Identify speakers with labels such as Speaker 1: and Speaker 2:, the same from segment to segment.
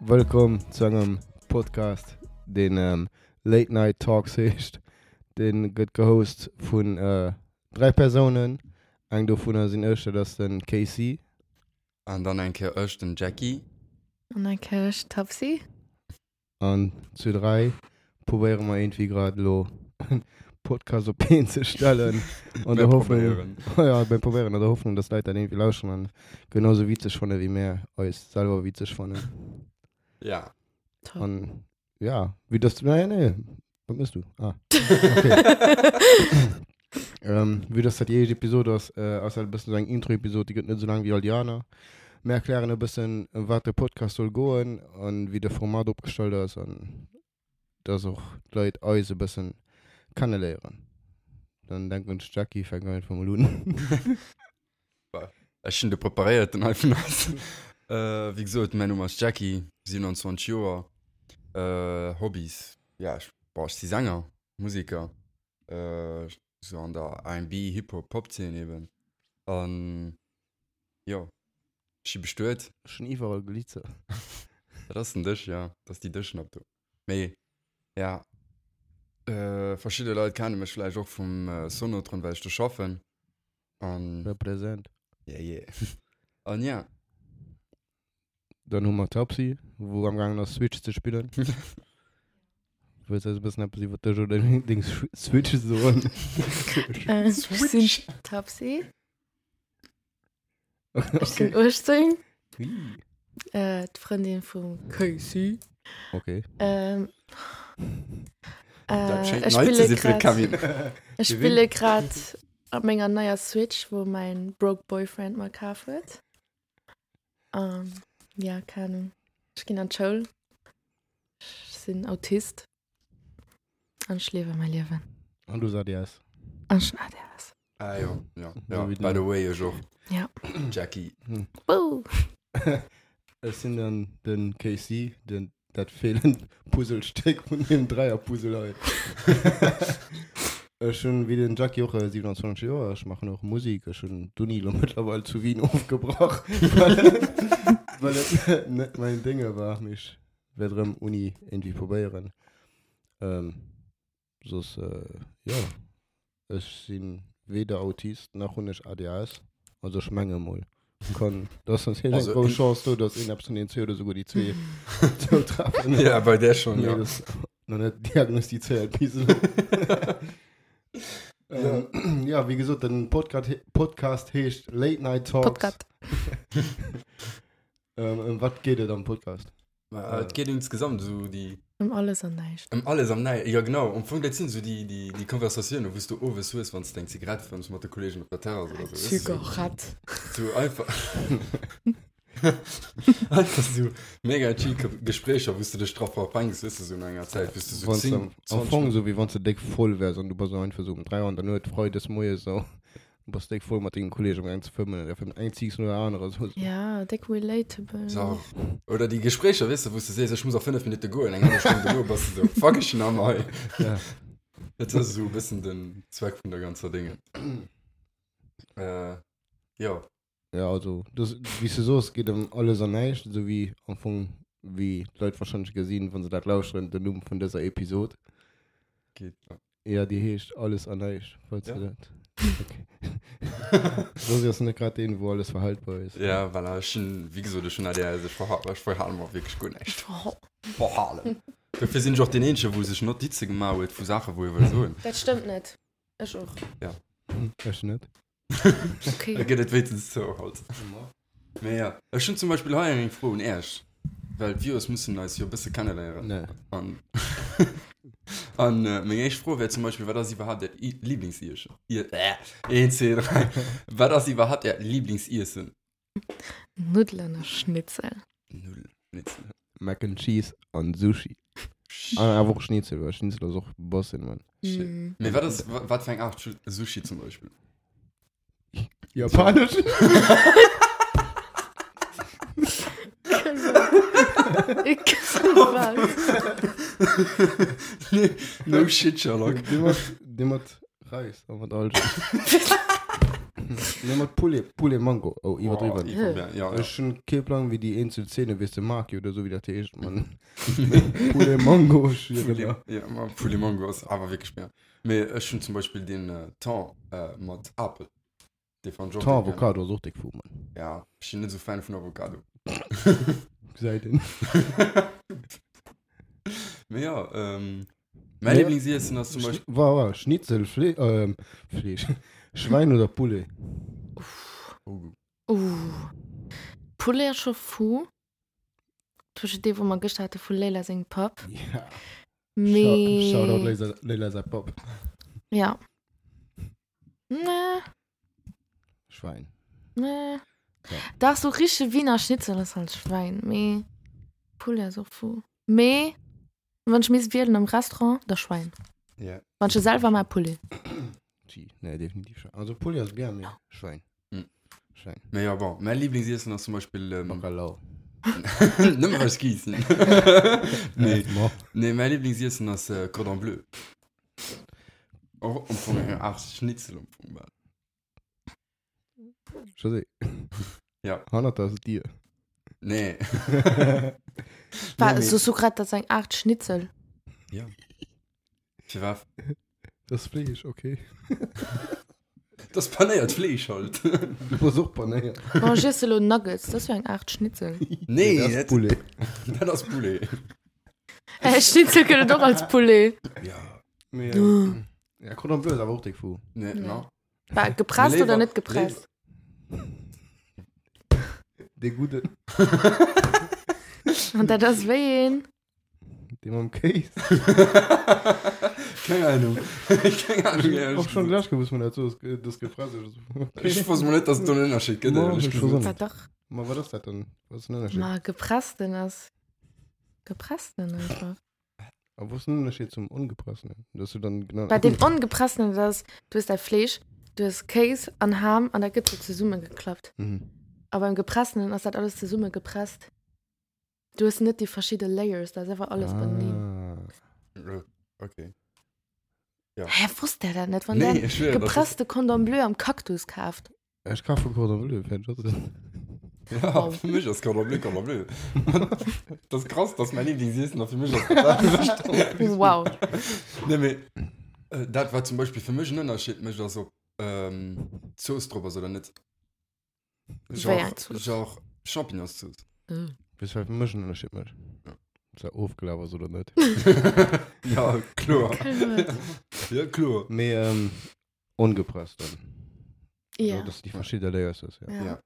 Speaker 1: Wëkom zu engem Podcast den ähm, Late Night Talks hecht den gëtt gehost vun äh, drei Personen eng do vun sinn ëchte dats den Casey
Speaker 2: an dann enke ëchten Jackie
Speaker 3: Und dann Kirsch Topsy.
Speaker 1: an zu drei probéieren ma entwie grad lo Podcast op peen ze stellen an der Hoffnung ja, beim Probieren an der Hoffnung dass Leute dann irgendwie lauschen an genauso witzig von wie mehr als selber witzig von
Speaker 2: ja
Speaker 3: Toll.
Speaker 1: an ja wie das du nein nee was bist du ah
Speaker 3: Äh,
Speaker 1: ähm, wie das hat jede Episode aus äh, außer ein bisschen so ein Intro Episode die geht nicht so lang wie Aldiana mehr erklären ein bisschen äh, was der Podcast soll gehen und wie der Format aufgestellt ist und dass auch die Leute euch ein bisschen kennenlernen dann denken uns Jackie vergangen vom Luden
Speaker 2: Ech hun de prepariert den halfen ass äh, wie gesot men ass Jackie 27 Joer äh, Hobbys ja ich brauch die Sänger Musiker äh, so an der R&B Hip-Hop Popzen eben an ja chi bestueret
Speaker 1: schon überall Glitzer
Speaker 2: das sind Dich ja dass die Dëchen op du méi ja äh, verschiedene Leute kann mech vielleicht auch vom äh, Sonnotron weil ich du schaffen an
Speaker 1: repräsent
Speaker 2: ja ja an ja
Speaker 1: dann hummer Tapsi wo am gang nach Switch zu spielen bisschen Switch so an.
Speaker 3: Äh, Switch. Topsy. Ich bin Ursting. Äh, die Freundin von Casey.
Speaker 1: okay
Speaker 3: Ähm,
Speaker 2: Dat
Speaker 3: äh,
Speaker 2: schenkt
Speaker 3: ich
Speaker 2: Leute
Speaker 3: spiele
Speaker 2: sie für
Speaker 3: grad-
Speaker 2: Kamin.
Speaker 3: ich spiele gerade auf meiner neuer Switch, wo mein Broke Boyfriend mal kauft wird. Ähm, ja, keine Ahnung. Ich gehe an Joel. Ich bin Autist. Und ich lebe mein Leben.
Speaker 1: und du sag dir erst
Speaker 3: Und schneide es.
Speaker 2: Ah, ja, ja,
Speaker 1: So
Speaker 2: ja.
Speaker 1: wie du.
Speaker 2: by the way ist auch
Speaker 3: Ja.
Speaker 2: Jackie
Speaker 3: Woo!
Speaker 1: Hm. es sind dann den KC den dat fehlen Puzzlesteck und dem dreier Puzzle heute. Äh, schon wie den Jackie auch äh, 27 Jahre ich mache noch Musik äh, schon Dunilo mittlerweile zu Wien aufgebracht weil, weil das nicht mein Dinge war mich werde Uni irgendwie probieren ähm, so ist, äh, ja es sind weder Autist noch und nicht ADHS also schmenge mal kann das ist eine
Speaker 2: Also
Speaker 1: große
Speaker 2: in-
Speaker 1: Chance du dass in Abstinenz oder sogar die zwei zu treffen
Speaker 2: ja bei der schon
Speaker 1: Nee,
Speaker 2: ja.
Speaker 1: das noch nicht diagnostiziert. Piesel. ähm, ja, wie gesagt, den Podcast, Podcast heißt Late Night Talks.
Speaker 3: Podcast.
Speaker 1: Ähm, um was geht es am Podcast?
Speaker 2: Äh, es geht insgesamt so die
Speaker 3: Um alles an Neist.
Speaker 2: um alles am Nei ja genau und von der sind so die die die Konversationen wo du over so ist wenn es denkt sie gerade wenn es mit der Kollegen auf der Terrasse oder so weißt du, so,
Speaker 3: Zigarett.
Speaker 2: so einfach einfach so mega cheap Gespräche wo du dich drauf verfängst ist so in einer Zeit bist du so
Speaker 1: Wenn's
Speaker 2: 10,
Speaker 1: am
Speaker 2: 20
Speaker 1: Anfang so wie wenn du dick voll wärst und du bist so ein Versuch mit drei und dann nur Freude des Mojes so. Du bist dick voll mit den Kollegen um eins zu filmen und der Film einziehst nur der andere. So.
Speaker 3: Ja, dick relatable.
Speaker 2: So. Oder die Gespräche, weißt du, wo du siehst, ich muss auf 5 Minuten gehen, dann kann ich schon gehen, was du so, fuck ich noch mal.
Speaker 1: Ja.
Speaker 2: Das ist so ein bisschen den Zweck von der ganzen Dinge. äh, ja,
Speaker 1: Ja, also, das, wie es so ist, geht um alles an Neist, so wie am Anfang, wie die Leute wahrscheinlich gesehen, wenn sie das lauschen, den Numm um von dieser Episode.
Speaker 2: geht. ja.
Speaker 1: Ja, die hecht alles an euch, falls
Speaker 2: Ja.
Speaker 1: ja. ihr das. Okay. so ist das nicht gerade den, wo alles verhaltbar ist.
Speaker 2: Ja, weil er schon, wie gesagt, schon der sich verhalten, ich verhalten mal wirklich gut nicht.
Speaker 3: Oh,
Speaker 2: Verhalten. Dafür sind ich auch den Einzigen, wo sich Notizen gemacht hat, von Sachen, wo ich will so.
Speaker 3: das stimmt nicht. Ich auch.
Speaker 1: Hm, Weißt du nicht?
Speaker 2: Da
Speaker 3: Okay.
Speaker 2: geht es wenigstens so halt. Aber ja, ich bin zum Beispiel heuer in froh und erst. Weil die Virus müssen uns hier ein bisschen kennenlernen.
Speaker 1: Nein.
Speaker 2: an an äh, mé eich froh wer zum Beispiel war das überhaupt der I- Lieblingsirsch ihr äh, eins, zwei, drei. war das überhaupt der Lieblingsirsen
Speaker 3: Nudelner Schnitzel.
Speaker 2: null Nicht so.
Speaker 1: Mac and Cheese und Sushi. Ah, einfach Schnitzel, weil Schnitzel ist auch Bossin, Mann.
Speaker 2: Shit.
Speaker 3: Mm.
Speaker 2: Mir war das wa- wat fäng auch Sushi zum Beispiel
Speaker 1: Japanisch?
Speaker 3: Ich kann was.
Speaker 2: no shit Sherlock
Speaker 1: Dem hat, dem hat Reis, aber mit alles. Ne mat Pule Pule Mango oh, iwwer drüber
Speaker 2: ich probier- ja, ja.
Speaker 1: schon keplan wie die insel Szene wis de Marki oder so wie der Techt man Pule Mango
Speaker 2: Pulli- ja, ma- Pulli Mangos aber wirklich mehr mir äh, schon zum Beispiel den äh, Tan äh, mat Apple die von Jordan kennen.
Speaker 1: Avocado such dich fu man
Speaker 2: ja ich bin nicht so Fan von Avocado
Speaker 1: seit den
Speaker 2: mir ja ähm, mein
Speaker 1: Ja.
Speaker 2: Lieblingsessen ist zum Beispiel
Speaker 1: war war Schnitzel Fle ähm, Fleisch Schwein oder Pule
Speaker 2: oh,
Speaker 3: Uh. Pulle Fu. Tusch die, wo man gestern hatte, von Leila sing Pop.
Speaker 1: ja.
Speaker 3: Me-
Speaker 1: Shoutout Leila sei Pop
Speaker 3: Ja. Ne,
Speaker 1: Schwein
Speaker 3: ne.
Speaker 1: Ja.
Speaker 3: Da so richtige Wiener Schnitzel das ist halt Schwein. Me. Pulle so Fu. Me. Wenn ich mich werden im Restaurant, das Schwein.
Speaker 2: ja.
Speaker 3: Wenn ich selber mal Pulle.
Speaker 1: Tji, ne definitiv Schwein also Pule as gerne ja. Schwein
Speaker 2: Mhm.
Speaker 1: Schwein
Speaker 2: Mir ja bon mein Lieblingsessen ist zum Beispiel ähm,
Speaker 1: Bacalao
Speaker 2: nimm mal was gießen nee
Speaker 1: Ma.
Speaker 2: Nee, mein Lieblingsessen ist äh, Cordon Bleu. Oh, Auch umfangen, ach, Schnitzel umfangen.
Speaker 1: Schon se
Speaker 2: Ja.
Speaker 1: Han das dir
Speaker 2: Nee.
Speaker 3: War,
Speaker 1: nee.
Speaker 3: So, so gerade das ein acht Schnitzel.
Speaker 2: Ja. Ich war,
Speaker 1: das Fleisch okay
Speaker 2: das paniert Fleisch halt.
Speaker 1: du versuch man ne
Speaker 3: Mangiesel und Nuggets, das wäre ein acht Schnitzel.
Speaker 2: Nee,
Speaker 1: das
Speaker 2: das-
Speaker 1: Pule
Speaker 2: Dann das Poulet.
Speaker 3: äh, Schnitzel könnte doch als Pulle.
Speaker 2: Ja.
Speaker 1: Ja, ja Cordon Bleu ist aber auch dick fu.
Speaker 2: Nee,
Speaker 3: Nee.
Speaker 2: no.
Speaker 3: War gepresst
Speaker 2: Leber-
Speaker 3: oder nicht gepresst?
Speaker 1: Der gute,
Speaker 3: Und da das wen?
Speaker 1: dem am Case.
Speaker 2: Keine Ahnung. Keine Ahnung.
Speaker 1: Ich
Speaker 2: Ja,
Speaker 1: hab
Speaker 2: ich,
Speaker 1: schon gleich gewusst, man dazu das gefragt ist.
Speaker 2: ich wusste mal nicht, dass du einen Unterschied kennst.
Speaker 1: Nein,
Speaker 2: ehrlich
Speaker 1: ich
Speaker 2: gesagt.
Speaker 1: wusste-
Speaker 3: War doch
Speaker 1: Mal war das das dann? Was ist denn der Unterschied?
Speaker 3: mal gepresst denn das. Gepresst denn einfach.
Speaker 1: Aber wo ist denn der Unterschied zum Ungepressenen? Dass du dann genau.
Speaker 3: Bei dem ungepressten das, du hast ein Fleisch, du hast Käse an Ham und da gibt es zur Summe geklappt.
Speaker 1: Mhm.
Speaker 3: Aber im gepressten ist das alles zur Summe gepresst. Du hast nicht die verschiedenen Layers, da ist einfach alles ah. benehmen.
Speaker 1: ah.
Speaker 2: Okay.
Speaker 3: Hä, wusste der das nicht? Wenn
Speaker 2: Nee,
Speaker 3: der
Speaker 2: ich schwöre. das
Speaker 3: gepresste Condom Bleu am Kaktus kauft.
Speaker 1: Ah. Ich kaufe Cordon Bleu, fällt das drin.
Speaker 2: ist- Ja, für mich ist Cordon Bleu, Cordon Bleu. Das ist krass, dass mein Lieblingsessen für mich ist. Das
Speaker 3: Wow.
Speaker 2: Nee, me, äh, dat war zum Beispiel für mich ein Unterschied mich das so ähm, Zoos drüber oder nicht
Speaker 3: Wer?
Speaker 2: genre, genre Champignons zu
Speaker 1: Bis halt mischen und Shit mit. Ist ja aufgelabert oder nicht?
Speaker 2: ja klar ja klar
Speaker 1: Mehr, ähm, ungepresst dann.
Speaker 3: ja.
Speaker 1: So, dass die verschiedenen Layers ist, ja.
Speaker 3: ja.
Speaker 2: Ja.
Speaker 3: ja.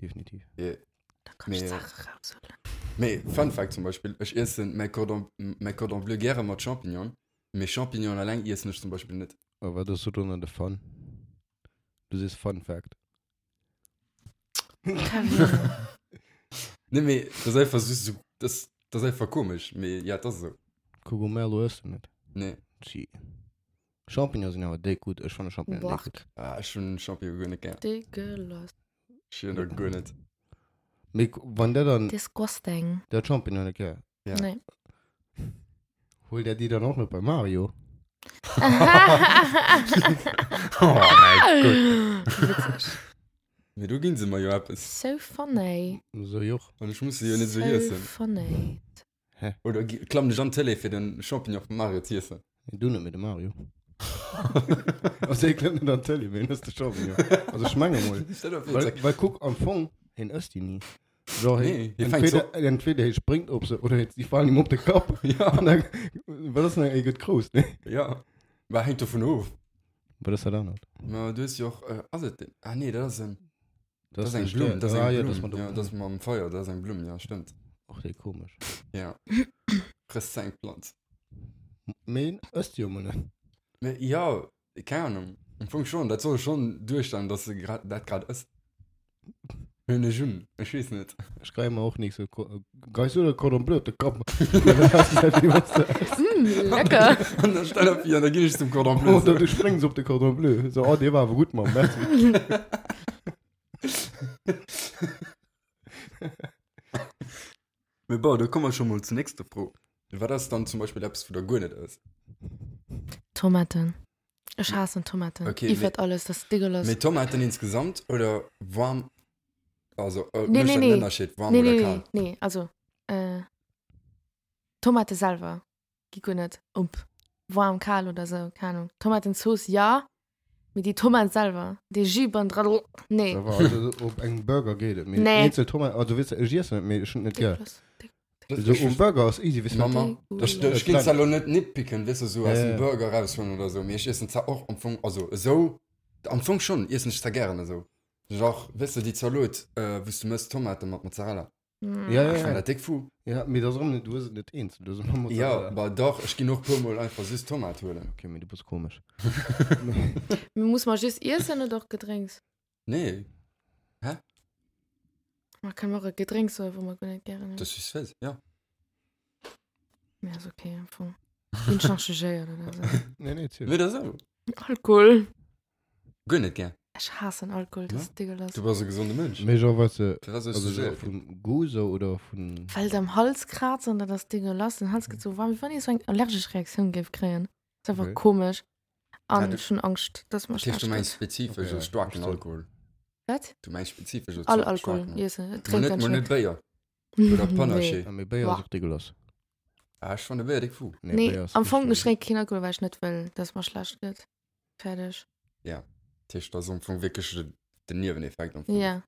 Speaker 1: Definitiv.
Speaker 2: yeah.
Speaker 3: Da kann ich
Speaker 2: Nee.
Speaker 3: Sachen raus.
Speaker 2: me, Fun Fact zum Beispiel ich esse mein Cordon, mein Cordon Bleu gerne mit Champignon mir Champignon allein ihr nicht zum Beispiel nicht
Speaker 1: Aber das ist so dann der Fun. Das ist Fun Fact.
Speaker 3: Keine
Speaker 2: nee, me, das ist einfach süß so, das, das ist einfach komisch me, ja das ist so
Speaker 1: Kugumelo ist nicht.
Speaker 2: nee
Speaker 1: Gee. Champignons sind aber dick gut. Ich fand Champignons
Speaker 3: Boah.
Speaker 1: dick gut.
Speaker 2: ah, schon Champignon gar nicht gern
Speaker 3: Dicke Lust.
Speaker 2: schön oder gar nicht
Speaker 1: Mick, wenn der dann,
Speaker 3: Disgusting.
Speaker 1: der Champignon nicht gern,
Speaker 2: Ja.
Speaker 3: Nee.
Speaker 1: holt der die dann auch noch bei Mario?
Speaker 2: oh mein Gott
Speaker 3: Witzig.
Speaker 2: me, du gehen sie mal ja ab
Speaker 3: so funny.
Speaker 1: So, joch.
Speaker 2: Und ich muss sie ja nicht so
Speaker 3: so
Speaker 2: essen.
Speaker 3: funny.
Speaker 2: Oder ge- klamm die Jantelle für den Champignon von Mario zu essen.
Speaker 1: Du nicht mit dem Mario. also, ich kann dann Telly, wen ist der Champignon? Also, ich meine mal.
Speaker 2: Stell dir vor, sag,
Speaker 1: Weil, weil guck, am Fong, hin ist die nie. So,
Speaker 2: Nee,
Speaker 1: nee,
Speaker 2: die
Speaker 1: entweder, entweder er springt ob sie, oder jetzt, die fallen ihm auf den Kopf.
Speaker 2: ja,
Speaker 1: Und dann, was ist denn eigentlich gut groß, ne?
Speaker 2: ja. Was hängt davon auf?
Speaker 1: Was ist er dann?
Speaker 2: Aber du hast ja auch, äh, also, den- ah nee, das ist ein, das ist
Speaker 1: der
Speaker 2: ein Blumen. Das ist
Speaker 1: ah,
Speaker 2: ein
Speaker 1: ja,
Speaker 2: Blumen.
Speaker 1: das man doch.
Speaker 2: ja, das ist mal am Feuer, das ist ein Blumen, ja, stimmt.
Speaker 1: Ach, der komisch.
Speaker 2: Ja. Pressingplant.
Speaker 1: Mein, ist die immer nicht.
Speaker 2: Ja, keine Ahnung. Im Punkt schon, das soll schon durchstehen, dass sie grad- das gerade ist. Wenn ich schon, ich weiß nicht.
Speaker 1: schreiben auch nicht so. Ko- Geist oder Cordon Bleu, der Oh, Kopf. Oder
Speaker 3: Mm, lecker.
Speaker 2: Und dann stell auf hier, dann gehe ich zum Cordon Bleu.
Speaker 1: du springst auf den Cordon Bleu. So, oh, der war aber gut, Mann. Merci.
Speaker 2: Aber boah, da kommen wir schon mal zur nächsten Frage. War das dann zum Beispiel etwas, wo der gar nicht ist?
Speaker 3: Tomaten. Ich hasse Tomaten.
Speaker 2: Okay,
Speaker 3: ich
Speaker 2: wir-
Speaker 3: werde alles, das ist diggelos.
Speaker 2: Mit Tomaten insgesamt oder warm? Also, äh,
Speaker 3: Nee,
Speaker 2: nicht
Speaker 3: nee,
Speaker 2: ein
Speaker 3: nee.
Speaker 2: Unterschied, warm
Speaker 3: Nee,
Speaker 2: oder
Speaker 3: nee, nee,
Speaker 2: kalt.
Speaker 3: nee, also, äh, Tomate selber. Gekündet. Ump. Warm, kahl oder so, keine Ahnung. Tomatensauce, ja. Mit die Tomaten selber. Die Jus und Radl. Nee.
Speaker 1: Da war also, so, ob ein Burger geht. Mit
Speaker 3: Nee.
Speaker 1: Nicht so Tomaten, also du willst, ich esse nicht mehr, ich finde nicht geil.
Speaker 3: Diggelos.
Speaker 2: Das,
Speaker 1: So, um Burger ist easy, wissen wir.
Speaker 2: Mama,
Speaker 3: Gut.
Speaker 2: das, das,
Speaker 1: Das
Speaker 2: ich kann es
Speaker 1: klang-
Speaker 2: auch nicht nitpicken, weißt du, so aus
Speaker 1: Ja,
Speaker 2: dem
Speaker 1: ja.
Speaker 2: Burger raus schon oder so. Mir ist es auch am Anfang, also so, am Anfang schon, ich esse nicht sehr gerne so. Genre, weißt du, die Salat, äh, wo du musst Tomaten mit Mozzarella.
Speaker 3: Mm.
Speaker 1: Ja,
Speaker 2: Ich
Speaker 1: ja,
Speaker 2: fand
Speaker 1: ja.
Speaker 2: das dick fuh.
Speaker 1: Ja, mir das rum, du bist nicht eins. Du bist immer
Speaker 2: Ja,
Speaker 1: Mozzarella.
Speaker 2: aber doch, ich gehe noch Pummel einfach süß Tomat holen.
Speaker 1: Okay, mir, du bist komisch.
Speaker 3: Mir Muss man just essen oder doch Getränks?
Speaker 2: Nee,
Speaker 3: Man kann auch ein Getränk so, wo man gar nicht gerne.
Speaker 2: das ist fest, ja.
Speaker 3: Ja, ist okay. Von Inchanchegé oder so.
Speaker 1: Nee, nee, zähl.
Speaker 2: Wieder so.
Speaker 3: Alkohol.
Speaker 2: Gönn nicht gern.
Speaker 3: Ich hasse den Alkohol, das ist diggelos.
Speaker 2: Du bist ein gesunder Mensch.
Speaker 1: Mir schon was, äh,
Speaker 2: Das ist
Speaker 1: also
Speaker 2: so.
Speaker 1: so von Guse oder von...
Speaker 3: Fällt am Hals kratzt und dann das Ding lässt, den Hals geht
Speaker 2: Mhm.
Speaker 3: so warm. Wie wenn ich so eine allergische Reaktion gebe, kriegen. Ist einfach
Speaker 1: Okay.
Speaker 3: komisch.
Speaker 2: Ja,
Speaker 3: Und
Speaker 2: du-
Speaker 3: schon Angst, dass man
Speaker 2: Tisch,
Speaker 3: schlecht
Speaker 2: du meinst
Speaker 3: wird.
Speaker 2: spezifisch,
Speaker 1: Okay,
Speaker 2: okay, starken
Speaker 1: verstehe.
Speaker 2: Alkohol.
Speaker 3: Was?
Speaker 2: Du meinst spezifisch,
Speaker 3: All Alkohol, jesse.
Speaker 2: Mal
Speaker 3: Trinkt
Speaker 2: nicht,
Speaker 3: ganz
Speaker 2: mal nicht
Speaker 3: schön.
Speaker 2: Bier. Oder Panache.
Speaker 1: Ja, mir Bayer
Speaker 3: Boah.
Speaker 1: ist auch diggelos.
Speaker 2: Ah, ich fand den Bier dick fuh.
Speaker 3: Nee,
Speaker 1: Bayer ist
Speaker 3: am
Speaker 1: nicht
Speaker 3: Anfang
Speaker 1: schlimm.
Speaker 3: schräg kein Alkohol, weil ich nicht will, dass man schlecht wird. Fertig.
Speaker 2: Tisch, das ist von wirklich der- der Niereneffekt. am Anfang.
Speaker 3: Ja.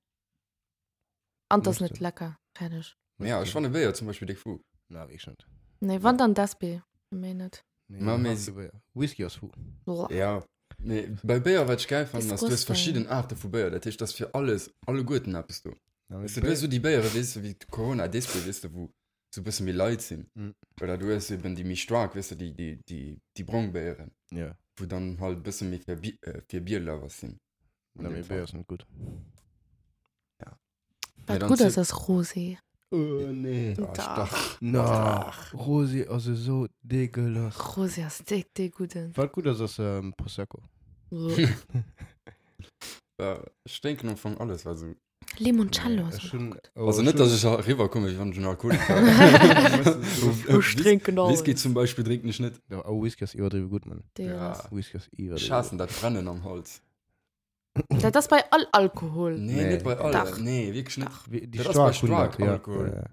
Speaker 3: Und das ist
Speaker 1: Lustig.
Speaker 3: nicht lecker. Fertig.
Speaker 2: Ja, ich fand den Bier zum Beispiel dick fuh.
Speaker 1: Na, ich nicht.
Speaker 3: Nee, wann dann das B? Ich meine nicht.
Speaker 1: Nee,
Speaker 2: Mama
Speaker 1: ich
Speaker 2: ist-
Speaker 1: mag Bayer. Whisky aus Fu.
Speaker 3: Boah.
Speaker 2: Ja. Nee, bei Bier, was ich geil fand, dass du hast
Speaker 3: Disgusting.
Speaker 2: verschiedene Arten von Bier. Das ist das für alles, alle Guten hast du.
Speaker 1: Na, mit
Speaker 2: Weißt du, du
Speaker 1: Bayer-
Speaker 2: hast so die Bier, weißt du, wie Corona, das Bier, weißt du, wo so ein bisschen wie Leute sind.
Speaker 1: Mhm.
Speaker 2: Oder du hast eben die mich stark, weißt du, die, die, die, die Braunbären,
Speaker 1: Ja,
Speaker 2: wo dann halt ein bisschen mehr für, Bi äh, für Bierlover sind.
Speaker 1: na, mir Bayer ist nicht gut.
Speaker 3: Was
Speaker 2: dann
Speaker 3: gut
Speaker 2: zäh-
Speaker 3: ist das Rosé.
Speaker 1: Oh, nee.
Speaker 2: Ah, stark.
Speaker 1: Na, Rosi, also so diggelos.
Speaker 3: Rosé ist dick, dick gut.
Speaker 1: War gut, dass das ähm, Prosecco.
Speaker 2: Äh, Ich denke noch von alles, also.
Speaker 3: Limoncello.
Speaker 1: Äh,
Speaker 3: ist
Speaker 1: schon-
Speaker 3: gut.
Speaker 1: aber
Speaker 2: Also nicht,
Speaker 1: schon-
Speaker 2: dass ich auch rüberkomme, ich fand schon Alkohol. Äh,
Speaker 3: Ich trinke noch.
Speaker 2: Whisky zum Beispiel trinkt nicht nicht.
Speaker 1: Ja, aber Whisky ist übertrieben gut, Mann.
Speaker 3: Ja.
Speaker 1: Whisky ist übertrieben
Speaker 2: Schassen, das Brennen am Holz.
Speaker 3: Ja, das bei all Alkohol.
Speaker 2: Nee,
Speaker 1: Nee.
Speaker 2: nicht bei
Speaker 3: Dach.
Speaker 2: allen. Nee, wirklich nicht.
Speaker 1: gut. Wie- Die
Speaker 2: Das ist
Speaker 1: Stark
Speaker 2: bei Stark
Speaker 1: 100, ja.
Speaker 2: Alkohol.
Speaker 1: Ja.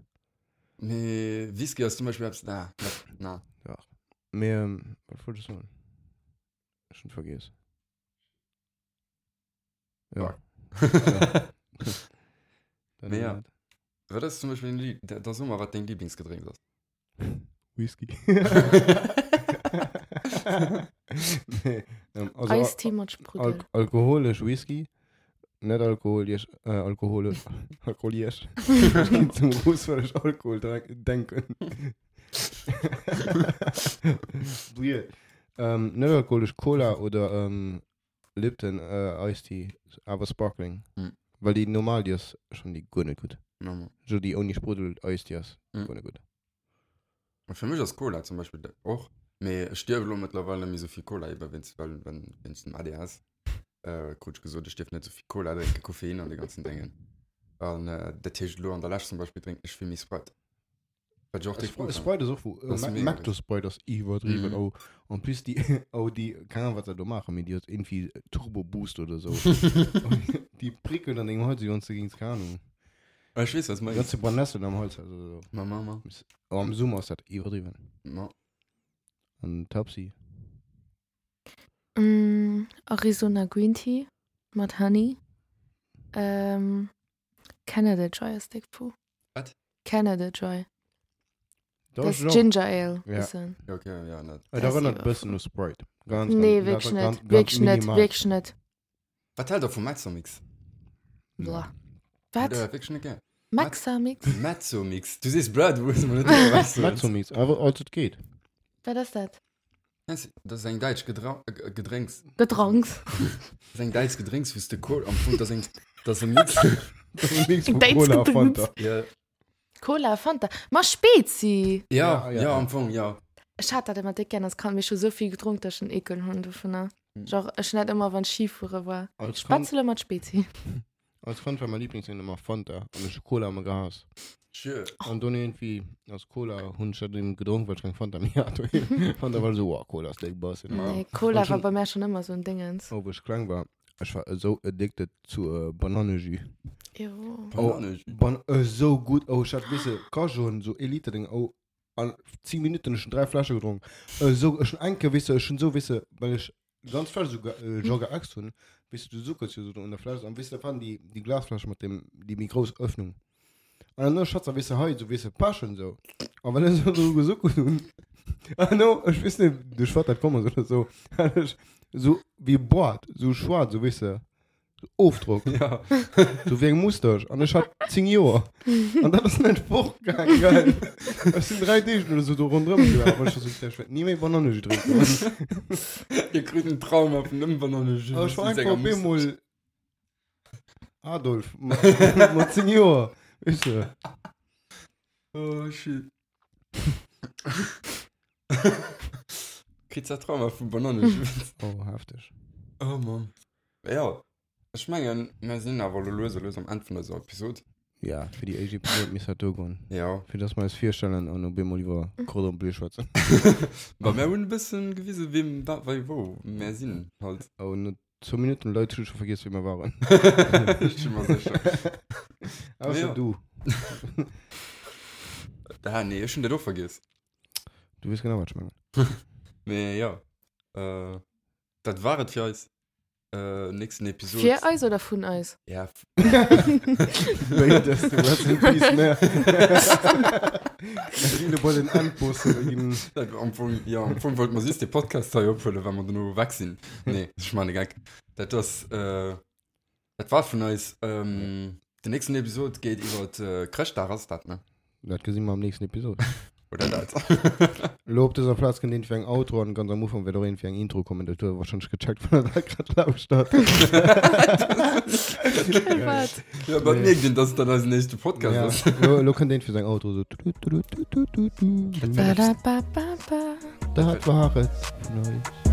Speaker 2: Nee, Whisky hast zum Beispiel. hab's- Na, na, na.
Speaker 1: Mir, ähm, was wolltest du sagen? Schon vergiss. Ja. Dann
Speaker 2: Mehr.
Speaker 1: halt
Speaker 2: Was ist zum Beispiel ein Lied? Da da sag mal, was dein Lieblingsgetränk ist.
Speaker 1: Whisky. nee. ähm, also,
Speaker 3: Eistee mit Sprudel.
Speaker 1: Al alkoholisch Whisky net alkoholisch äh, alkoholisch alkoholisch zum Gruß weil ich Alkohol dra- denken Bier. ähm, net alkoholisch Cola oder ähm, Lipton äh, Eistee aber sparkling
Speaker 2: Mhm.
Speaker 1: weil die normal die ist schon die gunne gut
Speaker 2: Nochmal.
Speaker 1: so die ohne Sprudel Eistee ist
Speaker 2: Mhm.
Speaker 1: gunne gut
Speaker 2: Und für mich ist Cola zum Beispiel da- auch. Mir stirbt mittlerweile nicht so viel Cola, über, wenn's, weil wenn es ein AD hast. Äh, kurz gesagt, ich stirb nicht so viel Cola, trinke Koffein und die ganzen Dinge. Und äh, der Tisch an der Lasch zum Beispiel trinkt nicht viel mehr Sprite. Weil ich
Speaker 1: Äh,
Speaker 2: auch dick gut fand.
Speaker 1: Sprite ist auch wo-
Speaker 2: Das ist
Speaker 1: äh,
Speaker 2: mega
Speaker 1: Mactus Sprite ist übertrieben
Speaker 2: Mhm.
Speaker 1: auch und bis die auch die keine Ahnung was er da machen mit die hat irgendwie Turbo Boost oder so Und die prickeln dann den Holz die uns gegen keine Ahnung
Speaker 2: Aber Ah, Ich weiß, was
Speaker 1: die
Speaker 2: meinst.
Speaker 1: ganze Brandnessel am Holz also so
Speaker 2: Mama, Mama.
Speaker 1: aber am Zoom ist das übertrieben
Speaker 2: Ma.
Speaker 1: und Topsy
Speaker 3: Mm, Arizona Green Tea mit Honey. Ähm, Canada Joy ist dick puh.
Speaker 2: Was?
Speaker 3: Canada Joy.
Speaker 1: da
Speaker 3: Das
Speaker 1: ist
Speaker 3: ist
Speaker 1: schon-
Speaker 3: Ginger Ale.
Speaker 1: Ja.
Speaker 3: Bisschen.
Speaker 2: Ja, okay, ja, nicht.
Speaker 1: Äh, da
Speaker 3: Das
Speaker 1: erinnert
Speaker 3: ist
Speaker 1: ein bisschen nur Sprite ganz,
Speaker 3: Nee,
Speaker 1: ganz-
Speaker 3: wirklich
Speaker 1: ganz-
Speaker 3: nicht.
Speaker 1: ganz
Speaker 3: Wirklich nicht,
Speaker 1: minimal.
Speaker 3: wirklich nicht.
Speaker 2: Was hält er von Matzomix?
Speaker 3: Boah.
Speaker 2: Oder
Speaker 3: Was?
Speaker 2: er wirklich nicht gern.
Speaker 3: Maxamix?
Speaker 2: Matzomix. Du siehst Brad, wo ist man nicht mehr was du
Speaker 1: Macht so
Speaker 2: willst.
Speaker 1: nichts aber als es geht
Speaker 3: Wer ist das?
Speaker 2: Das das ist ein deutsch Gedra- äh, Gedrängs.
Speaker 3: Getränks.
Speaker 2: Das ist ein deutsch Gedrängs, wüsste Kohl am Fund, das ist ein- das ist ein Mix.
Speaker 1: Das ist nichts von
Speaker 3: Dates
Speaker 1: Cola
Speaker 3: gedünst.
Speaker 1: Fanta
Speaker 2: Ja,
Speaker 3: Cola, Fanta. Mach Spezi.
Speaker 1: Ja,
Speaker 2: ja,
Speaker 1: ja.
Speaker 2: ja, am Fund, ja.
Speaker 3: Schad dat immer dick gerne das kann mich schon so viel getrunken dass schon ekel hun du von
Speaker 2: Hm.
Speaker 3: net immer wann Skifure war
Speaker 1: Also als Kon-
Speaker 3: Spazelle mat Spezi
Speaker 1: als Fanta war mein Lieblingsding immer Fanta und ich Cola am Gas
Speaker 2: Schön.
Speaker 1: und dann irgendwie aus Cola Hund hat dem getrunken weil ich kein Fanta mehr hatte Fanta war so wow, Cola ist der Boss
Speaker 2: Ja.
Speaker 3: Nee, Cola
Speaker 1: Und
Speaker 3: war
Speaker 1: schon-
Speaker 3: bei mir schon immer so ein Dingens.
Speaker 1: oh wo ich krank war ich war so addicted zu äh, Bananenjus
Speaker 3: Jo.
Speaker 1: Oh,
Speaker 2: Bananenjus.
Speaker 1: ban äh, so gut oh ich hatte wisse Kajon so Elite Ding oh an 10 Minuten schon drei Flasche getrunken äh, so schon ein gewisse schon so wisse weil ich ganz falsch sogar äh, Jogger Axt hun bist du so kurz hier so in der Flasche und wisst fand die die Glasflasche mit dem die Mikros Öffnung an nur Schatz wisse he so wisse paar schon so aber wenn so so so gut tun ah no ich wisse nicht du schwarz hat kommen oder so so wie Bord so schwarz so wisse so Aufdruck
Speaker 2: Ja.
Speaker 1: Du wegen Musterch an ich hat 10 Joer an dat net Sport sind drei Dich so do run nie méi banane drin
Speaker 2: Ihr kriegt einen Traum auf einem Bananenjus.
Speaker 1: Bemol Adolf ma- mat 10 Joer wisse
Speaker 2: Oh, shit. Kriegt ein Traum auf einem Bananenjus.
Speaker 1: oh heftig
Speaker 2: Oh Mann. Ja, ich meine, wir sind aber löse, löse am Ende von dieser Episode.
Speaker 1: ja fir die AG miss hat dogon
Speaker 2: Ja,
Speaker 1: fir halt das mals vier Stellen an Bemoliver Kro und Bleschwtzen
Speaker 2: aber wir haben ein bisschen gewesen, wem, wa- weil wo, mehr Sinn halt.
Speaker 1: zu Minuten Leute schon vergisst wie man waren
Speaker 2: Ich bin mal sicher.
Speaker 1: Außer
Speaker 2: Ja.
Speaker 1: Also du
Speaker 2: Da, nee, ich schon den auch vergessen.
Speaker 1: du wirst genau wat schmengen
Speaker 2: Nee, ja. Äh, das war es für uns. Äh, nächsten Episode.
Speaker 3: Vier Eis oder von Eis?
Speaker 2: Ja,
Speaker 1: den anposten
Speaker 2: dat- am Anfang, ja, am Anfang wollte man sich den Podcast hier abfüllen, wenn wir dann nur wachsen. Nee, ich meine, gag. Das, äh, das war von uns. Ähm, die nächste Episode geht über das äh, Crash daraus, das, ne?
Speaker 1: Dat gesinn ma am nächsten Episode.
Speaker 2: Oder das.
Speaker 1: Lob dieser Platz gen den eng Auto an ganz am Mufang wer en fir eng Intro Kommentatur war schon gecheckt von der grad Lastadt
Speaker 3: Privat.
Speaker 2: ja, aber
Speaker 1: Nee.
Speaker 2: nee. nicht, dass das als nächste Podcast ja. ist.
Speaker 1: Lo kann den fir sein Auto so. tu- tu- tu- tu- tu- tu- tu.
Speaker 3: Ba, da, ba, ba, ba.
Speaker 1: Dat waret. Neues.